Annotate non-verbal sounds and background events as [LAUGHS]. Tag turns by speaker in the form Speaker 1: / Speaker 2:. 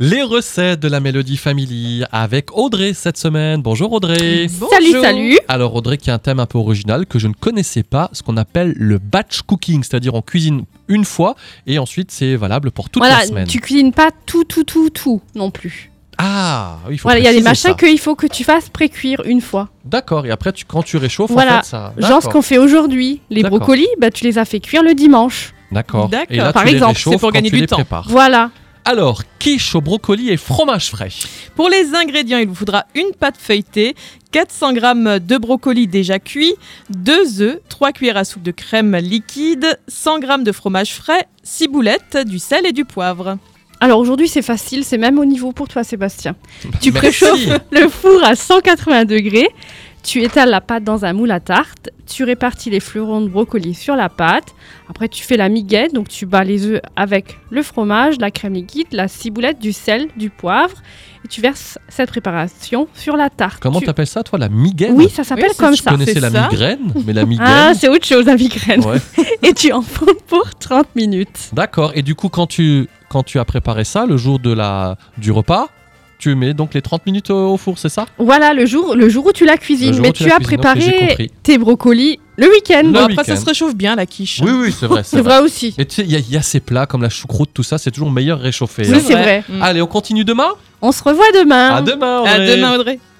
Speaker 1: les recettes de la Mélodie Family avec Audrey cette semaine. Bonjour Audrey.
Speaker 2: Salut, salut.
Speaker 1: Alors Audrey qui a un thème un peu original que je ne connaissais pas, ce qu'on appelle le batch cooking, c'est-à-dire on cuisine une fois et ensuite c'est valable pour toute la
Speaker 2: Voilà,
Speaker 1: semaine.
Speaker 2: tu cuisines pas tout, tout, tout, tout non plus.
Speaker 1: Ah, oui, il faut
Speaker 2: Voilà, il y a des
Speaker 1: préciser
Speaker 2: machins
Speaker 1: ça.
Speaker 2: qu'il faut que tu fasses pré-cuire une fois.
Speaker 1: D'accord, et après tu, quand tu réchauffes,
Speaker 2: Voilà,
Speaker 1: en fait, ça...
Speaker 2: Genre ce
Speaker 1: D'accord.
Speaker 2: qu'on fait aujourd'hui. Les
Speaker 1: D'accord.
Speaker 2: brocolis, bah, tu les as fait cuire le dimanche.
Speaker 1: D'accord. Et
Speaker 3: D'accord.
Speaker 1: là,
Speaker 2: Par
Speaker 1: tu les
Speaker 2: exemple,
Speaker 1: réchauffes
Speaker 3: c'est pour
Speaker 1: quand
Speaker 3: gagner
Speaker 1: tu
Speaker 3: du
Speaker 1: les
Speaker 3: temps.
Speaker 1: prépares.
Speaker 2: Voilà.
Speaker 1: Alors, quiche au brocoli et fromage frais.
Speaker 3: Pour les ingrédients, il vous faudra une pâte feuilletée, 400 g de brocoli déjà cuit, 2 œufs, 3 cuillères à soupe de crème liquide, 100 g de fromage frais, 6 boulettes, du sel et du poivre.
Speaker 2: Alors aujourd'hui, c'est facile, c'est même au niveau pour toi, Sébastien.
Speaker 1: Merci.
Speaker 2: Tu préchauffes le four à 180 degrés, tu étales la pâte dans un moule à tarte, tu répartis les fleurons de brocoli sur la pâte, après tu fais la miguette, donc tu bats les œufs avec le fromage, la crème liquide, la ciboulette, du sel, du poivre, et tu verses cette préparation sur la tarte.
Speaker 1: Comment
Speaker 2: Tu-
Speaker 1: t'appelles ça, toi, la migraine
Speaker 2: Oui, ça s'appelle
Speaker 3: Oui, c'est-
Speaker 2: comme
Speaker 1: Je
Speaker 2: ça.
Speaker 1: connaissais
Speaker 3: C'est
Speaker 1: la
Speaker 3: ça.
Speaker 1: migraine, mais la
Speaker 2: Ah,
Speaker 1: migraine...
Speaker 2: c'est autre chose, la migraine.
Speaker 1: Ouais.
Speaker 2: Et tu enfonces pour 30 minutes.
Speaker 1: D'accord. Et du coup, quand tu, quand tu as préparé ça, le jour de la, du repas, tu mets donc les 30 minutes au, au four, c'est ça
Speaker 2: Voilà, le jour, le jour où tu la
Speaker 1: Le
Speaker 2: cuisines.
Speaker 1: jour
Speaker 2: Mais
Speaker 1: où
Speaker 2: tu,
Speaker 1: la
Speaker 2: as
Speaker 1: cuisines. Ok,
Speaker 2: préparé
Speaker 1: j'ai compris.
Speaker 2: tes brocolis le week-end.
Speaker 1: Le
Speaker 3: Bon, après, ça
Speaker 1: week-end.
Speaker 3: se réchauffe bien la quiche.
Speaker 1: Oui, oui, c'est vrai. [LAUGHS]
Speaker 2: C'est
Speaker 1: c'est vrai.
Speaker 2: vrai aussi.
Speaker 1: Et tu sais, il y, a- il y a ces plats comme la choucroute, tout ça, c'est toujours meilleur réchauffé.
Speaker 2: Oui,
Speaker 1: hein.
Speaker 2: c'est vrai. Hein.
Speaker 3: Mm.
Speaker 1: Allez, on continue demain
Speaker 2: On se revoit demain.
Speaker 1: À demain,
Speaker 3: À
Speaker 1: Audrey.
Speaker 3: demain, Audrey.